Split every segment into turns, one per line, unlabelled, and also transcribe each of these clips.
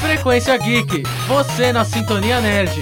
Frequência Geek, você na Sintonia Nerd.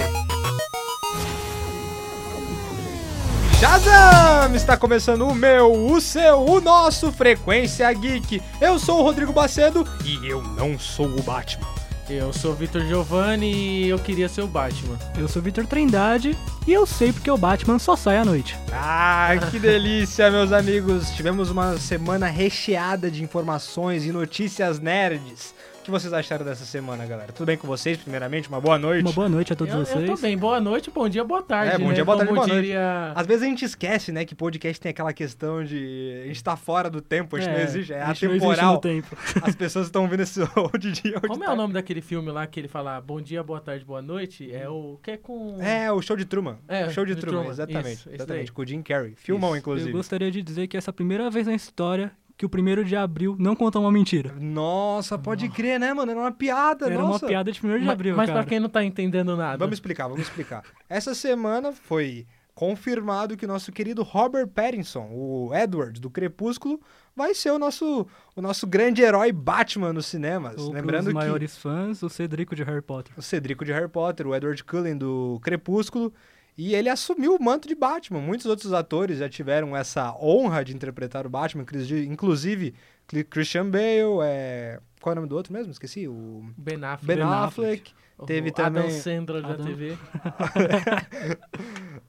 Shazam! Está começando o meu, o seu, o nosso Frequência Geek. Eu sou o Rodrigo Bacedo e eu não sou o Batman.
Eu sou o Vitor Giovanni e eu queria ser o Batman.
Eu sou Vitor Trindade e eu sei porque o Batman só sai à noite.
Ah, que delícia, meus amigos! Tivemos uma semana recheada de informações e notícias nerds. O que vocês acharam dessa semana, galera? Tudo bem com vocês, primeiramente? Uma boa noite.
Uma boa noite a todos
eu,
vocês.
eu tô bem, boa noite, bom dia, boa tarde.
É, bom
né?
dia, boa tarde,
Como
boa noite.
diria...
Às vezes a gente esquece, né, que podcast tem aquela questão de a gente tá fora do tempo, a gente não existe, é
a gente não existe
atemporal.
no tempo.
As pessoas estão ouvindo esse ou de dia ou de
Como é o
tarde.
nome daquele filme lá que ele fala bom dia, boa tarde, boa noite? É o que é com...
É, o show de Truman.
É,
show de,
de
Truman,
Truman,
exatamente.
isso, esse
exatamente,
daí.
com o Jim Carrey. Filmão,
Isso, eu
inclusive.
Eu gostaria de dizer que essa é a primeira vez na história que o primeiro de abril não conta uma mentira.
Nossa, pode crer, né, mano? Era uma piada,
Era
nossa.
uma piada de primeiro de
Ma-
abril,
mas
cara.
pra quem não tá entendendo nada.
Vamos explicar, vamos explicar. Essa semana foi confirmado que o nosso querido Robert Pattinson, o Edward do Crepúsculo, vai ser o nosso, o nosso grande herói Batman nos cinemas.
Ou
Lembrando que
pros um maiores fãs, o Cedrico de Harry Potter.
o Cedrico de Harry Potter, o Edward Cullen do Crepúsculo, e ele assumiu o manto de Batman. Muitos outros atores já tiveram essa honra de interpretar o Batman, cris- inclusive Cli- Christian Bale, é... qual é o nome do outro mesmo? Esqueci. O
Ben Affleck.
Ben,
Ben
Affleck.
O
Teve
Adam
também-
Sandler da
Adam-
TV.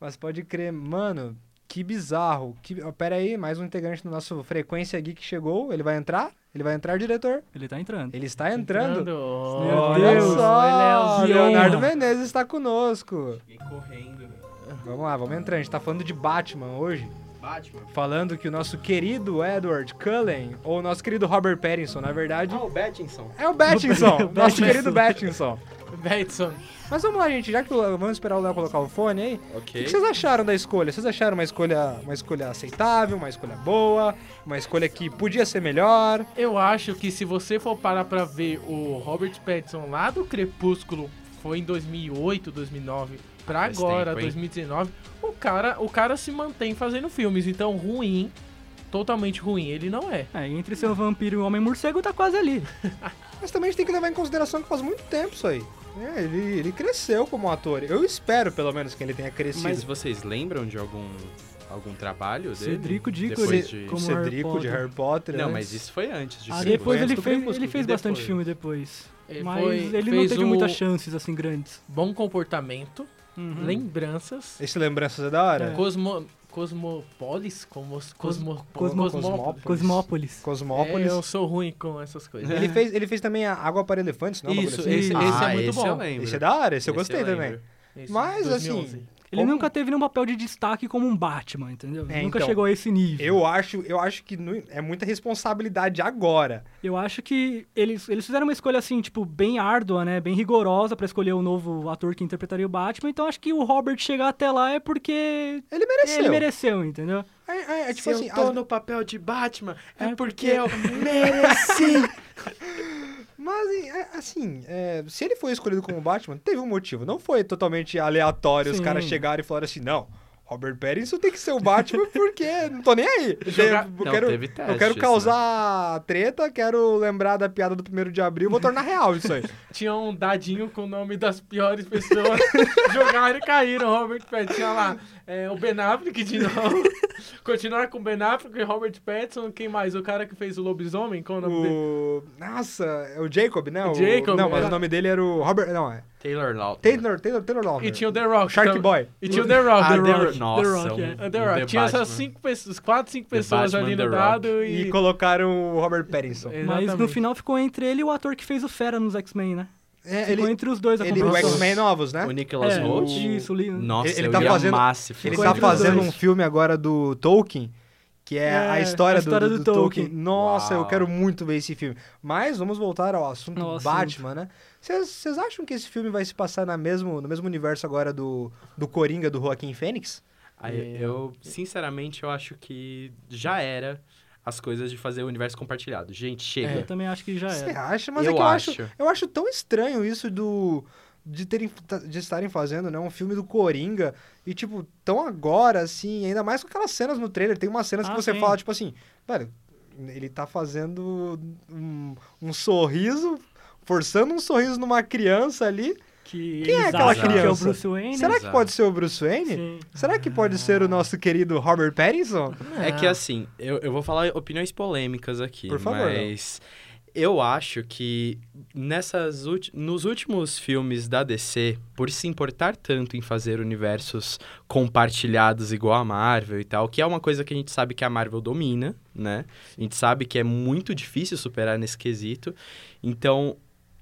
Mas pode crer, mano, que bizarro. Que... ó, Pera aí, mais um integrante do nosso Frequência Geek chegou. Ele vai entrar? Ele vai entrar, diretor?
Ele tá entrando.
Ele está entrando.
Meu
Olha
Deus,
só,
ele é o
Leonardo
Zion.
Menezes está conosco.
Fiquei correndo.
Vamos lá, vamos entrar. A gente tá falando de Batman hoje.
Batman.
Falando que o nosso querido Edward Cullen, ou o nosso querido Robert Pattinson, na verdade,
Ah, o Bettinson.
é o Pattinson, nosso
Pattinson.
querido Pattinson.
Betson.
Mas vamos lá, gente, já que o- vamos esperar o Léo colocar o fone aí, O
Ok.
que vocês acharam da escolha? Vocês acharam uma escolha, uma escolha aceitável, uma escolha boa, uma escolha que podia ser melhor?
Eu acho que se você for parar pra ver o Robert Pattinson lá do Crepúsculo, foi em 2008, 2009, pra
Faz
agora,
tempo, hein?
2019, o cara, o cara se mantém fazendo filmes, então ruim, totalmente ruim, ele não é.
É, entre seu vampiro e o homem morcego tá quase ali.
Mas também a gente tem que levar em consideração que faz muito tempo isso aí. É, ele, ele cresceu como ator. Eu espero, pelo menos, que ele tenha crescido.
Mas vocês lembram de algum algum trabalho dele?
Cedrico Diggory.
Depois
Ce-
de...
Como
Cedrico
Harry
de Harry Potter.
Não,
né?
mas isso foi antes de
Ah,
Cedrico. né?
depois
foi
ele
antes do
fez,
Crepúsculo,
ele fez
e
bastante
depois?
filme depois.
Ele
mas
foi-
ele não
fez o
teve
Uhum.
muitas chances assim grandes.
Bom comportamento,
Uhum.
lembranças,
Esse lembranças é da hora?
cosmo, cosmopolis, cosmos, cosmo,
Cosmo-
cosmópolis.
Cosmópolis.
Cosmópolis.
É, eu sou ruim com essas coisas.
Ele, fez, ele fez também a Água para Elefantes, não?
Isso,
Bagulho assim?
esse, esse
ah,
é muito
esse
bom.
Eu lembro.
Esse é da hora, esse eu
Esse
gostei também.
lembro.
Esse,
Mas, assim,
2011.
Ele
Como-
nunca teve nenhum papel de destaque como um Batman, entendeu?
É,
nunca
então.
chegou a esse nível.
Eu acho, eu acho que nu- é muita responsabilidade agora.
Eu acho que eles, eles fizeram uma escolha assim, tipo, bem árdua, né? Bem rigorosa pra escolher o novo ator que interpretaria o Batman. Então acho que o Robert chegar até lá é porque
Ele mereceu.
ele mereceu, entendeu?
É, é, é tipo
Se
assim,
eu tô
as-
no papel de Batman, é,
É
porque eu mereci.
Mas, e, é, assim, é, se ele foi escolhido como Batman, teve um motivo. Não foi totalmente aleatório os
Sim.
caras chegarem e falaram assim, não, Robert Pattinson tem que ser o Batman porque não tô nem aí.
Jogar-
Eu,
Não,
quero,
teve
eu quero
testes, né?
causar treta, quero lembrar da piada do primeiro de abril, vou tornar real isso aí.
tinha um dadinho com o nome das piores pessoas. Jogaram e caíram. Robert Pattinson tinha lá é, o Ben Affleck de novo. Continuaram com o Ben Affleck e Robert Pattinson. Quem mais? O cara que fez o lobisomem? Qual o nome dele?
O... Nossa, é o Jacob, né?
O Jacob,
Não, mas
é.
o nome dele era o Robert... Não, é
Taylor Lautner.
Taylor, Taylor, Taylor Lautner.
E tinha o The Rock.
Shark
tam-
Boy.
E tinha o The Rock.
Ah,
The Rock.
Nossa,
Rock,
um-
é.
O The Rock. tinha
Batman.
essas cinco pessoas, quatro, cinco
The
pessoas
Batman,
ali
The
no
Rock.
dado
E
e...
colocaram o Robert Pattinson.
Mas no
Exatamente.
final ficou entre ele e o ator que fez o Fera nos X-Men, né?
É,
Ficou
ele,
entre os dois a
ele, o
comparação.
X-Men novos, né?
O Nicholas
É,
Holt.
isso, li-
Nossa,
Ele- ele
eu
tá
ia
fazendo-
amar se fosse
Ele
Ficou
tá
entre
Nicolas
os
fazendo
dois.
um filme agora do Tolkien, que é,
É,
a história,
a história
do,
do
do Tolkien.
Tolkien.
Nossa, eu
Uau.
quero muito ver esse filme. Mas vamos voltar ao assunto
Ao assunto.
Batman, né? Vocês acham que esse filme vai se passar na mesmo, no mesmo universo agora do, do Coringa, do Joaquim Fênix?
Aí, eu, sinceramente, eu acho que já era as coisas de fazer o universo compartilhado. Gente,
É, Eu
É.
chega.
também acho que já
Você
era.
acha? Mas é
Ah, Eu
que eu acho,
acho.
eu acho tão estranho isso do... de, terem, de estarem fazendo, né? Um filme do Coringa. E, tipo, tão agora, assim, ainda mais com aquelas cenas no trailer. Tem umas cenas
Ah,
que você
sim.
fala, tipo assim, velho, ele tá fazendo um, um sorriso, forçando um sorriso numa criança ali.
Que
Quem é
eles
aquela
acham que é o
criança? é
Bruce Wayne.
Será que
Exato. Ah.
pode ser o Bruce Wayne?
Sim.
Será que pode ser o nosso querido Robert Pattinson?
É que assim, eu, eu vou falar opiniões polêmicas aqui,
Por favor,
mas eu acho que nessas ulti- nos últimos filmes da DC, por se importar tanto em fazer universos compartilhados igual a Marvel e tal, que é uma coisa que a gente sabe que a Marvel domina, né? A gente sabe que é muito difícil superar nesse quesito. Então,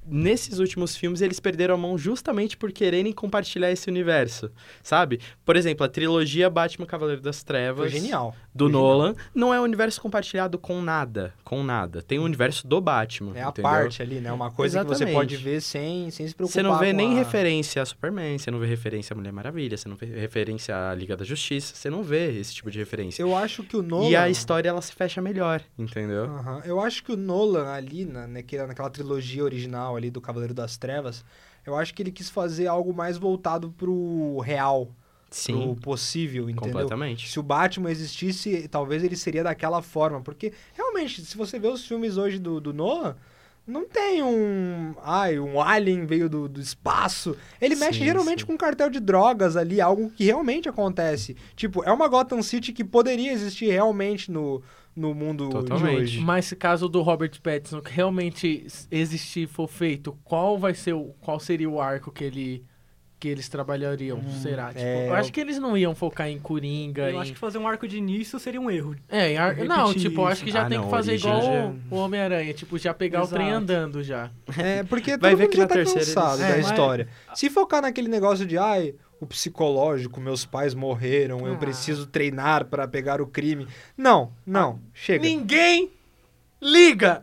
nesses últimos filmes eles perderam a mão justamente por quererem compartilhar esse universo, sabe? Por exemplo, a trilogia Batman Cavaleiro das
Foi
Trevas
genial.
do
Foi genial.
Nolan não é um universo compartilhado com nada, com nada. Tem o universo do Batman,
É a
entendeu?
parte ali, né? Uma coisa que você
Exatamente.
pode ver sem, sem se preocupar.
Você não vê
com
nem
a-
referência a Superman, você não vê referência a Mulher Maravilha, você não vê referência à Liga da Justiça, você não vê esse tipo de referência.
Eu acho que o Nolan.
E a história ela se fecha melhor, entendeu?
Aham. Eu acho que o Nolan ali, na, naquela, naquela trilogia original ali do Cavaleiro das Trevas, eu acho que ele quis fazer algo mais voltado pro real, pro
Sim,
possível, entendeu?
completamente.
Se o Batman existisse, talvez ele seria daquela forma. Porque, realmente, se você vê os filmes hoje do, do Nolan, não tem um. Ai, um alien veio do, do espaço. Ele mexe
Sim,
geralmente
sim.
com um cartel de drogas ali, algo que realmente acontece. Tipo, é uma Gotham City que poderia existir realmente no, no mundo de
Totalmente.
hoje.
Mas se caso do Robert Pattinson que realmente s- existir e for feito, qual vai ser o qual seria o arco que ele que eles trabalhariam? será? Tipo,
é,
eu acho
eu-
que eles não iam focar em Coringa.
Eu
em-
acho que fazer um arco de início seria um erro.
É, em ar...
Repetir
não, tipo, eu acho
isso.
que já
Ah,
tem
não,
que fazer
origem
igual
já-
o Homem-Aranha, tipo, já pegar o trem
Exato.
andando já.
É, porque
Vai
todo
ver
mundo
que
já
na
tá
terceira eles-
cansado
É,
da
mas-
história. Se focar naquele negócio de, ai, o psicológico, meus pais morreram, eu
Ah.
preciso treinar pra pegar o crime. Não, não,
Ah,
chega.
Ninguém liga.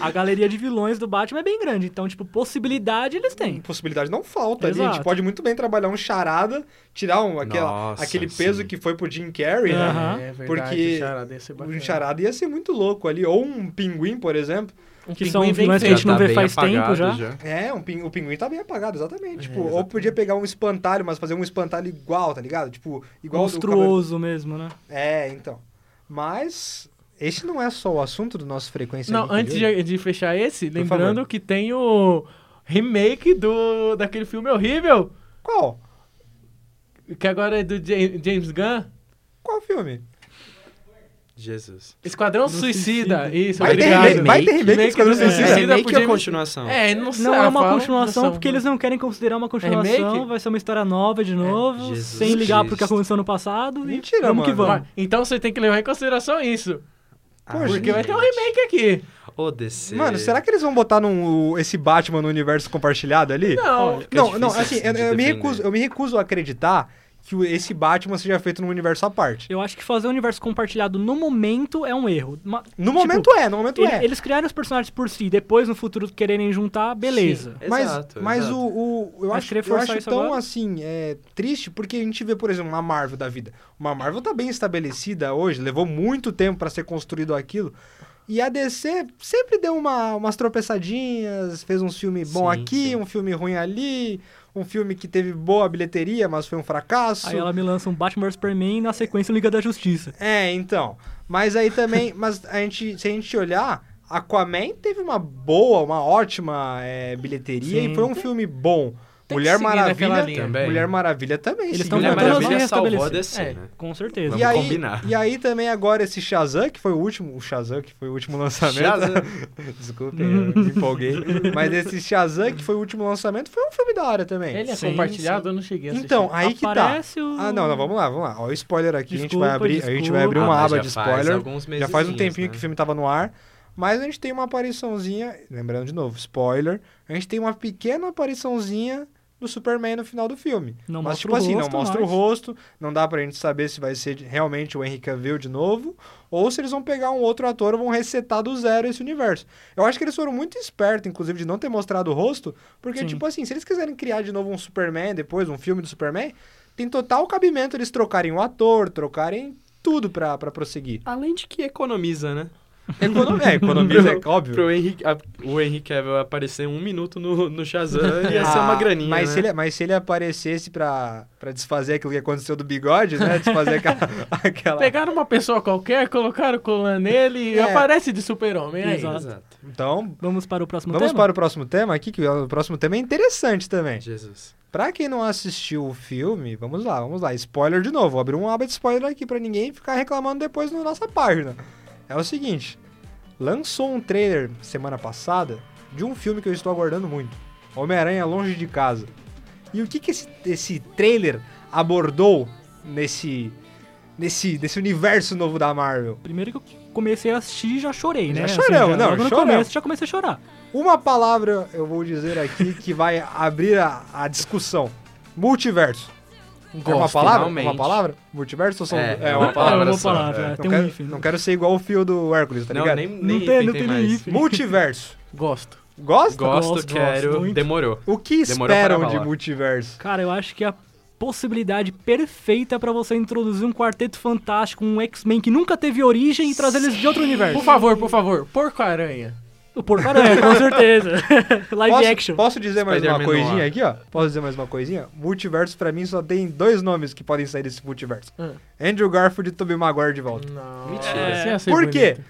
A galeria de vilões do Batman é bem grande, então, tipo, possibilidade eles têm.
Possibilidade não falta ali. A gente
Exato.
pode muito bem trabalhar um charada, tirar um, aquela,
Nossa,
aquele peso
sim.
que foi pro Jim Carrey, né?
Aham.
É verdade,
Porque
o charada ia ser bacana.
Um charada ia ser muito louco ali. Ou um pinguim, por exemplo.
Um
Que
pinguim
são
bem
vilões que a
feito.
gente não vê
tá bem
faz tempo
apagado
já.
É, um pin- o pinguim tá bem apagado, exatamente. tipo, ou
É, exatamente.
podia pegar um espantalho, mas fazer um espantalho igual, tá ligado? Tipo, igual ao do Cavaleiro-
Monstruoso mesmo, né?
É, então. Mas esse não é só o assunto do nosso Frequência
Não,
Geek
antes
hoje.
de, de fechar esse,
Por
lembrando
favor.
que tem o remake do daquele filme horrível,
Qual?
que agora é do Ja- James Gunn,
Qual filme?
Jesus.
Esquadrão
Do
Suicida.
Suicida.
Isso,
Vai ter
obrigado.
remake- vai ter remake do Esquadrão
do-
Suicida?
É,
Precisa
remake
podia-
ou continuação?
É, não sei.
Não
ah,
é uma
fala-
continuação,
são-
porque eles não querem considerar uma continuação,
remake?
vai ser uma história nova de novo,
É, Jesus
sem ligar pro que
Cristo.
aconteceu no passado.
Mentira,
e vamos que
mano.
vamos.
Mas- Então você tem que levar em consideração isso.
Ah,
Poxa,
Porque vai ter um remake aqui.
Ô, DC.
Mano, será que eles vão botar num, o- esse Batman no universo compartilhado ali?
Não,
Olha, Fica
Não, não,
é difícil
assim,
de
eu, eu me
defender.
recuso, eu me recuso a acreditar que o- esse Batman seja feito num universo à parte.
Eu acho que fazer o universo compartilhado no momento é um erro. Ma-
No
tipo,
momento é, no momento
ele-
é.
Eles criaram os personagens por si, depois no futuro quererem juntar, beleza.
Mas,
Exato,
mas
exato.
O, o- eu
Mas
acho,
querer
eu
forçar
acho
isso
tão
agora?
assim, é, triste, porque a gente vê, por exemplo, uma Marvel da vida. Uma Marvel tá bem estabelecida hoje, levou muito tempo pra ser construído aquilo. E a DC sempre deu uma, umas tropeçadinhas, fez um filme bom
Sim,
aqui,
sim.
um filme ruim ali, um filme que teve boa bilheteria, mas foi um fracasso.
Aí ela me lança um Batman vs Superman e na sequência um Liga da Justiça.
É, então. Mas aí também, mas a gente, se a gente olhar, Aquaman teve uma boa, uma ótima é, bilheteria
Sim.
e foi um filme bom.
Tem que
Mulher
seguir naquela
Maravilha
linha.
Também.
Mulher Maravilha também.
Eles
seguiu
estão
Mulher
naquela
tentando
Maravilha
se
salvou a
restabelecer.
DC,
É.
né?
Com certeza.
E
Vamos
aí,
combinar.
e aí também agora esse Shazam, que foi o último, o Shazam, que foi o último
Tá
lançamento.
Shazam.
Desculpem, eu me empolguei. Mas esse Shazam, que foi o último lançamento, foi um filme da hora também.
Ele é
Sim,
compartilhado, eu não cheguei a assistir.
Então, aí que tá.
Aparece o...
Ah, não, não, vamos lá, vamos lá. Ó, o spoiler aqui, a gente vai
Desculpa,
abrir, a gente vai abrir
desculpa.
uma
Ah,
aba
já
de
faz
spoiler.
alguns
Já faz um
mesezinhos,
tempinho
né?
que o filme tava no ar. Mas a gente tem uma apariçãozinha. Lembrando de novo, spoiler. A gente tem uma pequena apariçãozinha do Superman no final do filme.
Não
mas,
mostra
tipo
o
assim, não
rosto,
mostra o
mas-
rosto. Não dá pra gente saber se vai ser de- realmente o Henry Cavill de novo. Ou se eles vão pegar um outro ator e vão resetar do zero esse universo. Eu acho que eles foram muito espertos, inclusive, de não ter mostrado o rosto. Porque,
Sim.
tipo assim, se eles quiserem criar de novo um Superman depois, um filme do Superman, tem total cabimento eles trocarem o ator, trocarem tudo pra, pra prosseguir.
Além de que economiza, né?
Econo- é, economiza, é óbvio.
Pro Henry, a- o Henry Cavill aparecer um minuto no, no Shazam ia ser
Ah,
uma graninha,
Mas,
né?
se, ele, mas se ele aparecesse pra, pra desfazer aquilo que aconteceu do bigode, né? Desfazer aquela. aquela-
Pegaram uma pessoa qualquer, colocaram colã nele e
É.
aparece de super-homem. é
Exato.
isso.
Exato.
Então,
Vamos para o próximo
vamos
tema?
para o próximo tema aqui, que o próximo tema é interessante também.
Jesus.
Pra quem não assistiu o filme, vamos lá, vamos lá. Spoiler de novo. Vou abrir um aba de spoiler aqui pra ninguém ficar reclamando depois na nossa página. É o seguinte: lançou um trailer semana passada de um filme que eu estou aguardando muito: Homem-Aranha Longe de Casa. E o que, que esse, esse trailer abordou nesse, nesse, nesse universo novo da Marvel?
Primeiro que eu comecei a assistir já chorei,
Já
né?
chorão, não,
logo no
chorão.
começo já comecei a chorar.
Uma palavra eu vou dizer aqui que vai abrir a, a discussão: multiverso. é uma
Gosto,
palavra?
finalmente.
Uma palavra? Multiverso ou são
É,
é uma
é.
palavra?
É uma
só,
palavra,
é.
é,
Não,
tem um
quero,
hífen.
não quero ser igual o fio do Hércules, tá
não,
ligado?
nem,
Não
nem
tem, não
tem
tem
mais.
hífen.
Multiverso.
Gosto.
Gosta?
Gosto,
Gosto,
quero,
gosto muito.
demorou.
O que
Demorou
esperam
para
de
falar.
multiverso?
Cara, eu acho que é a possibilidade perfeita pra você introduzir um quarteto fantástico, um X-Men que nunca teve origem e trazer eles de outro universo.
Por favor, por favor, porco-aranha.
O Porco Aranha, com certeza. Live
Posso,
action.
posso dizer mais uma
Spider-Man no
coisinha
ar.
aqui, ó? Posso dizer mais uma coisinha? Multiverso, pra mim, só tem dois nomes que podem sair desse multiverso.
Ah.
Hum.
Andrew Garfield e Tobey Maguire de
Hum,
volta.
Não.
Mentira.
esse ia ser
Por quê?
bonito.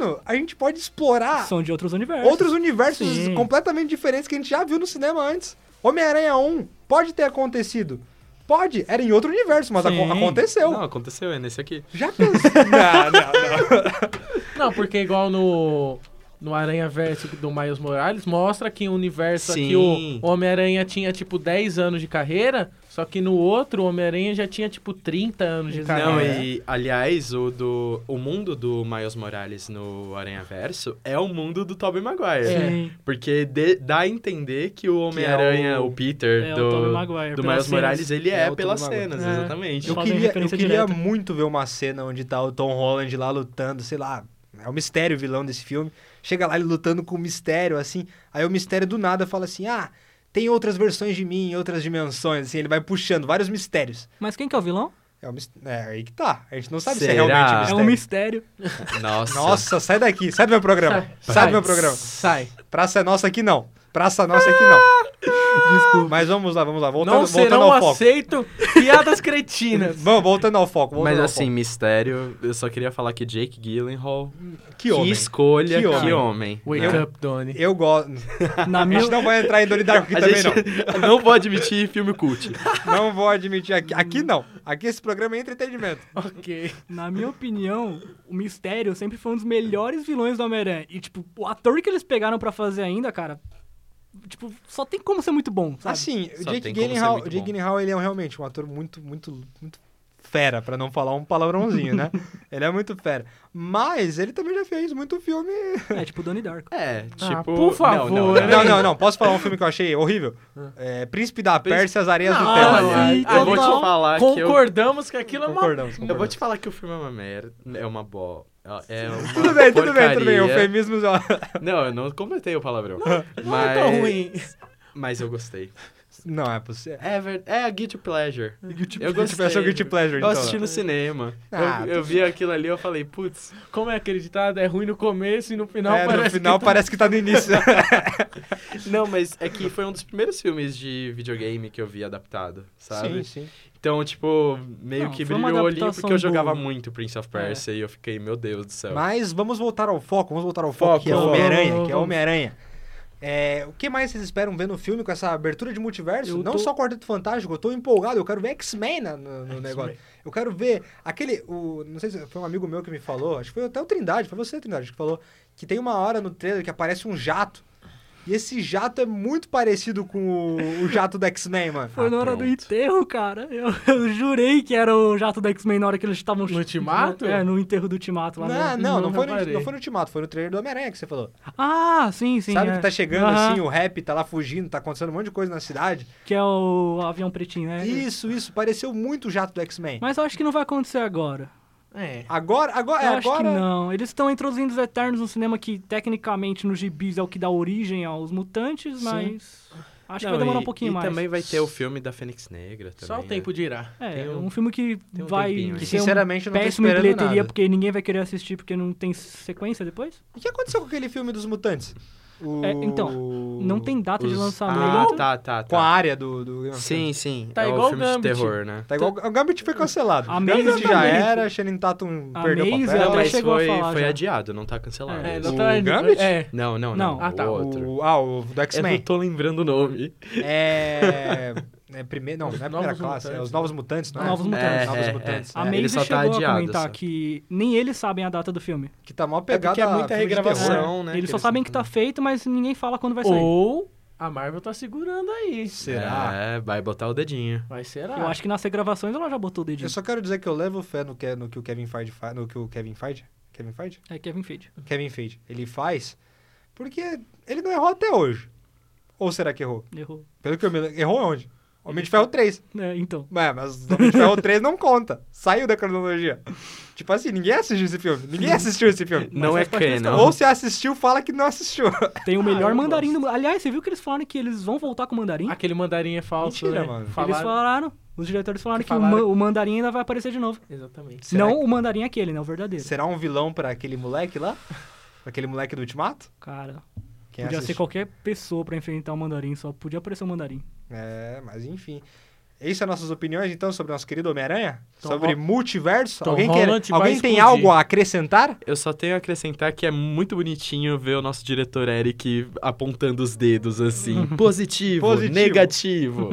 Mano, a gente pode explorar
São de outros universos.
outros universos
Sim.
completamente diferentes que a gente já viu no cinema antes. Homem-Aranha 1 pode ter acontecido. Pode, era em outro universo, mas aco-
Sim.
aconteceu.
Não, aconteceu, é nesse aqui.
Já pensou? não, não, não.
Não, porque igual no. No Aranha Verso do Miles Morales, mostra que o universo
Sim.
aqui, o Homem-Aranha tinha tipo 10 anos de carreira, só que no outro, o Homem-Aranha já tinha tipo 30 anos de
Exato.
carreira.
Não, e aliás, o, do, o mundo do Miles Morales no Aranha Verso é o mundo do Tobey Maguire.
É.
Sim,
Porque de- dá a entender que o Homem-Aranha,
é o-
o... Peter
é, o Tobey
do,
Maguire.
do
pelas
Miles
cenas.
Morales, ele
É
é,
o Tobey
pelas
Maguire.
cenas,
É.
exatamente.
Eu
Fazem
queria, eu
referência
queria
direta.
muito ver uma cena onde tá o Tom Holland lá lutando, sei lá. É o mistério o vilão desse filme. Chega lá ele lutando com o mistério, assim. Aí o mistério do nada fala assim: ah, tem outras versões de mim em outras dimensões. Assim, ele vai puxando vários mistérios.
Mas quem que é o vilão?
É, o mis- é aí que tá. A gente não sabe se é
Será?
realmente um
É
É
mistério.
um mistério.
Nossa.
Nossa, sai daqui. Sai do meu programa. Sai, do meu programa.
Sai.
Praça é nossa aqui não. Praça é nossa aqui não. Desculpa. Mas vamos lá, vamos lá. Voltando,
não
voltando
serão
ao foco.
aceito piadas cretinas.
Vamos, voltando ao foco. voltando
Mas
ao
assim, mistério, eu só queria falar que Jake Gyllenhaal,
foco.
que, escolha,
Que
que
homem.
homem.
Wake
né?
up, Donnie.
Eu gosto.
Na
A gente
minha...
não vai entrar em Donnie Darko
A
aqui também,
gente não vou admitir filme cult.
não. Não vou admitir aqui. Aqui não. Aqui esse programa é entretenimento.
Ok.
Na minha opinião, o Mistério sempre foi um dos melhores vilões do Homem-Aranha. E, tipo, o ator que eles pegaram pra fazer ainda, cara, tipo, só tem como ser muito bom, sabe?
Assim, o
Só
Jake
tem como ser
Gyllenhaal,
muito
Jake
bom.
Gyllenhaal, ele é um- realmente um ator muito, muito, muito fera, pra não falar um palavrãozinho, né? ele é muito fera. Mas ele também já fez muito filme...
É tipo Donnie Darko.
É, tipo...
Ah, por
não, não,
favor,
não,
né?
Não, não, não. Posso falar um filme que eu achei horrível? É, Príncipe da Pérsia, As Areias do
Não,
Tempo.
não,
Olha,
Total.
eu vou te falar que eu...
Concordamos que aquilo é uma...
Concordamos,
Eu vou
concordamos.
te falar que o filme é uma merda, é uma bo... É uma
Tudo bem, tudo bem, tudo bem.
porcaria.
Eufemismos, ó.
Não, eu não completei o palavrão. mas...
Não é tão ruim.
Mas eu gostei.
Não é possível.
É, ver- é a Guilty Pleasure. eu
Guilty Pleasure, Guilty Pleasure,
Eu
então.
assisti no cinema.
Ah,
eu, eu vi aquilo ali, eu falei, putz,
Como é acreditado, é ruim no começo e no final
É,
parece
no final
que tá-
parece que tá no início.
Não, mas é que foi um dos primeiros filmes de videogame que eu vi adaptado, sabe?
sim.
Então, tipo, meio
Não,
que
foi uma
brilhou ali
adaptação
porque eu jogava
boa.
muito Prince of Persia e eu fiquei, meu Deus do céu.
Mas vamos voltar ao foco, vamos voltar ao foco,
Então. Foco,
que é
foco.
Homem-Aranha, que é
Vamos.
Homem-Aranha. É, o que mais vocês esperam ver no filme com essa abertura de multiverso?
Eu
Não
tô-
só Quarteto Fantástico, eu tô empolgado, eu quero ver X-Men na- no, no negócio. Eu quero ver aquele. O, não sei se foi um amigo meu que me falou, acho que foi até o Trindade, foi você, Trindade, que falou que tem uma hora no trailer que aparece um jato. E esse jato é muito parecido com o, o jato do X-Men, mano.
Foi na hora do
pronto.
enterro, cara. Eu, eu jurei que era o jato do X-Men na hora que eles estavam...
No Ultimato?
É, no enterro do Ultimato lá.
Não,
no-
não, não
não
foi, no,
reparei.
não foi no Ultimato, foi no trailer do Homem-Aranha que você falou.
Ah, sim, sim.
Sabe
é.
que tá chegando
Aham,
assim, o rap tá lá fugindo, tá acontecendo um monte de coisa na cidade.
Que é o avião pretinho, né?
Isso, isso, pareceu muito o jato do X-Men.
Mas eu acho que não vai acontecer agora.
É.
Agora, agora, é,
Eu acho que
agora.
não. um Eles estão introduzindo os Eternos no cinema que, tecnicamente, nos gibis é o que dá origem aos mutantes,
Sim.
mas... Acho que vai demorar
e,
um pouquinho
e
mais.
também vai ter o filme da Fênix Negra também. né?
Só o tempo de irá.
É,
Tem
é
um-
um filme que
tem um
vai
tempinho aí.
ser
Sinceramente, eu
um
não tô
péssimo em
esperando
bilheteria,
nada.
porque ninguém vai querer assistir porque não tem sequência depois.
O que aconteceu com aquele filme dos mutantes? O-
É, então, Não tem data de
Os-
lançamento.
Ah, tá, tá, tá.
Com a área do... do Game of Thrones.
Sim, sim.
Tá
é
igual
o filme
Gambit.
de terror, né?
Tá igual... O Gambit foi cancelado.
A
O Gambit
Maze
já
também.
era, Shannon Tatum
A
perdeu o
Maze
papel.
ela
Não, mas
chegou a
foi,
falar
foi
já.
adiado, não tá cancelado.
É,
isso.
não
O
tá
Gambit?
É.
Não, não, não.
Não.
Ah, tá.
O outro.
O- ah,
É
o do
Eu não
X-Men.
tô lembrando o nome.
É... É primeiro, não, não é a primeira
Novos
classe, é
Mutantes.
os Novos Mutantes, não é?
Novos Mutantes.
É,
Novos
é,
Mutantes.
é.
A
né?
Ele
Maze
só tá
chegou a
adiado,
comentar
só.
que nem eles sabem a data do filme.
Que tá mal
É
pegada.
porque é muita
filme de
regravação,
terror.
né?
eles só
eles-
sabem que tá feito, mas ninguém fala quando vai sair.
Ou a Marvel tá segurando aí.
Será?
É, vai botar o dedinho.
Mas será?
Eu acho que nas gravações ela já botou o dedinho.
Eu só quero dizer que eu levo fé no que, no que o Kevin Feige faz. No que o Kevin Feige? Kevin Feige?
É Kevin Feige.
Kevin Feige. Ele faz porque ele não errou até hoje. Ou será que errou?
Errou.
Pelo que eu me lembro. Errou onde? Homem de Ferro 3.
É, então.
É, mas Homem de Ferro 3 não conta. Saiu da cronologia. Tipo assim, ninguém assistiu esse filme. Ninguém assistiu esse filme.
Não é
faz parte da
canon.
Ou se assistiu, fala que não assistiu.
Tem o
Ah,
melhor
eu
mandarim do mundo. Aliás, você viu que eles falaram que eles vão voltar com o mandarim?
Aquele mandarim é falso,
Mentira,
né?
mano.
Falaram-
Eles falaram, os diretores falaram
Que
que, o
falaram
ma-
que-
o, mandarim ainda vai aparecer de novo.
Exatamente.
Será
não o mandarim aquele, né? O verdadeiro.
Será um vilão pra aquele moleque lá? Pra aquele moleque do Ultimato?
Cara,
Quem
podia
assistiu?
ser qualquer pessoa pra enfrentar o mandarim, só podia aparecer o mandarim.
É, mas enfim. Isso é nossas opiniões, então, sobre o nosso querido Homem-Aranha?
Tom
Sobre
Ho-
multiverso?
Tom
alguém quer-
Holland vai
alguém tem
explodir.
algo a acrescentar?
Eu só tenho a acrescentar que é muito bonitinho ver o nosso diretor Eric apontando os dedos assim. Positivo,
Positivo.
negativo.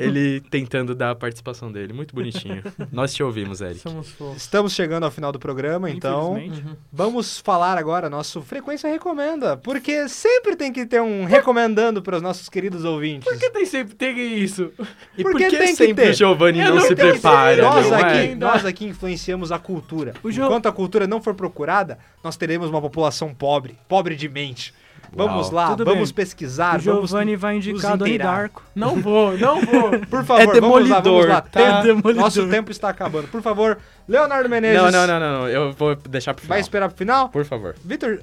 Ele tentando dar a participação dele. Muito bonitinho. Nós te ouvimos, Eric.
Somos fofos.
Estamos chegando ao final do programa, então
Infelizmente.
vamos falar agora nosso Frequência Recomenda, porque sempre tem que ter um recomendando para os nossos queridos ouvintes.
Por que tem sempre tem isso?
E
Por
por
que
que,
tem que
sempre
ter?
o Giovanni
Eu
não,
não
se
tenho
prepara?
certeza.
nós,
não é?
aqui, nós aqui influenciamos a cultura.
O Gio-
Enquanto a cultura não for procurada, nós teremos uma população pobre, pobre de mente. Vamos lá,
Tudo
vamos
bem.
Ah,
pesquisar,
o
vamos...
Giovanni vai indicar
nos
Donnie
inteirar.
Darko.
Não vou, não vou.
Por favor, vamos lá, É vamos
demolidor,
lá.
tá?
Tem-
Demolidor.
Nosso tempo está acabando. Por favor, Leonardo Menezes.
Não, não, não, não, não. Eu vou deixar pro final.
Vai esperar pro final?
Por favor.
Vitor.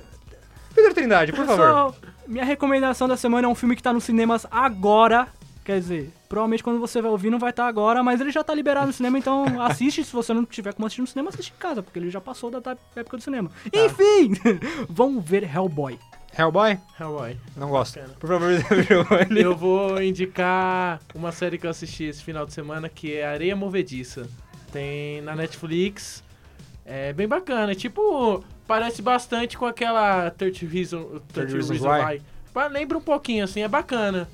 Vitor Trindade, por favor.
Pessoal, minha recomendação da semana é um filme que tá nos cinemas agora. Quer dizer, provavelmente quando você vai ouvir não vai estar agora, mas ele já tá liberado no cinema, então assiste. Se você não tiver como assistir no cinema, assiste em casa, porque ele já passou da ta- época do cinema. Enfim, vamos ver Hellboy.
Hellboy?
Hawaii.
Não gosto. Por favor, Giovanni.
Eu vou indicar uma série que eu assisti esse final de semana que é Areia Movediça. Tem na Netflix. É bem bacana. É Tipo, parece bastante com aquela 30 Reason, 30
Reasons
Reason
Why.
Why. Pa- Lembra um pouquinho, assim, é bacana.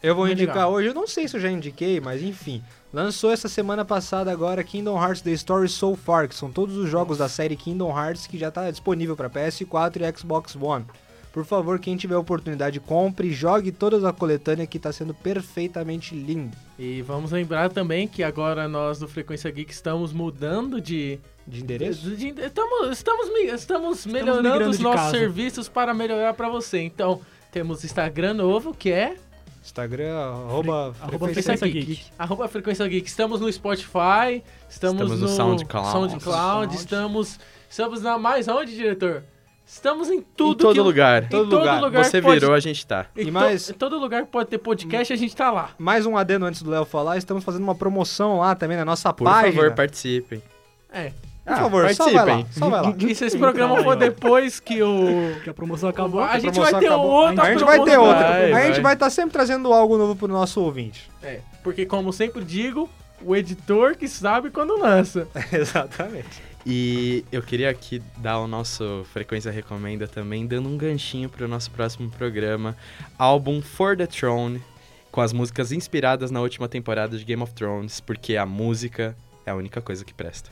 Eu vou
Bem
indicar
legal.
hoje, eu não sei se eu já indiquei, mas enfim. Lançou essa semana passada agora Kingdom Hearts The Story So Far, que são todos os jogos da série Kingdom Hearts que já tá disponível para PS4 e Xbox One. Por favor, quem tiver oportunidade, compre e jogue toda a coletânea que tá sendo perfeitamente linda.
E vamos lembrar também que agora nós do Frequência Geek estamos mudando de.
De endereço?
de- de- estamos, estamos, mi- estamos melhorando
migrando
os
de
nossos
casa.
serviços para melhorar para você. Então, temos Instagram novo, que é.
Instagram, arroba,
arroba
frequência
Frequência
Geek.
Arroba Frequência Geek. Estamos no Spotify, estamos,
Estamos
no,
no SoundCloud.
SoundCloud, estamos, estamos na mais onde, diretor? Estamos em tudo.
em todo
que-
lugar.
Em
Todo
todo,
lugar.
lugar.
Você
pode-
virou, a gente tá.
Em,
E
to-
mais-
em todo lugar que pode ter podcast, a gente tá lá.
Mais um adendo antes do Léo falar, estamos fazendo uma promoção lá também na nossa
Por
página.
favor, participem.
É.
Por favor, só vai lá, só vai lá.
E se esse programa for depois que o.
Que a promoção acabou.
A gente
promoção
vai ter
acabou.
outra.
A gente vai ter
promoção.
outra.
Vai,
a gente
vai.
vai estar sempre trazendo algo novo pro nosso ouvinte.
É, porque como sempre digo, o editor que sabe quando lança.
Exatamente.
E eu queria aqui dar o nosso Frequência Recomenda também, dando um ganchinho para o nosso próximo programa, álbum For the Throne, com as músicas inspiradas na última temporada de Game of Thrones, porque a música é a única coisa que presta.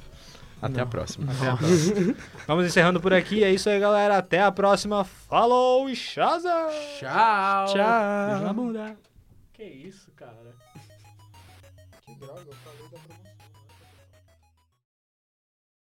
Até a próxima.
Vamos encerrando por aqui. É isso aí, galera. Até a próxima. Falou e Shaza!
Tchau.
Beijo
Tchau.
na bunda.
Que isso, cara.
eu falei da promoção.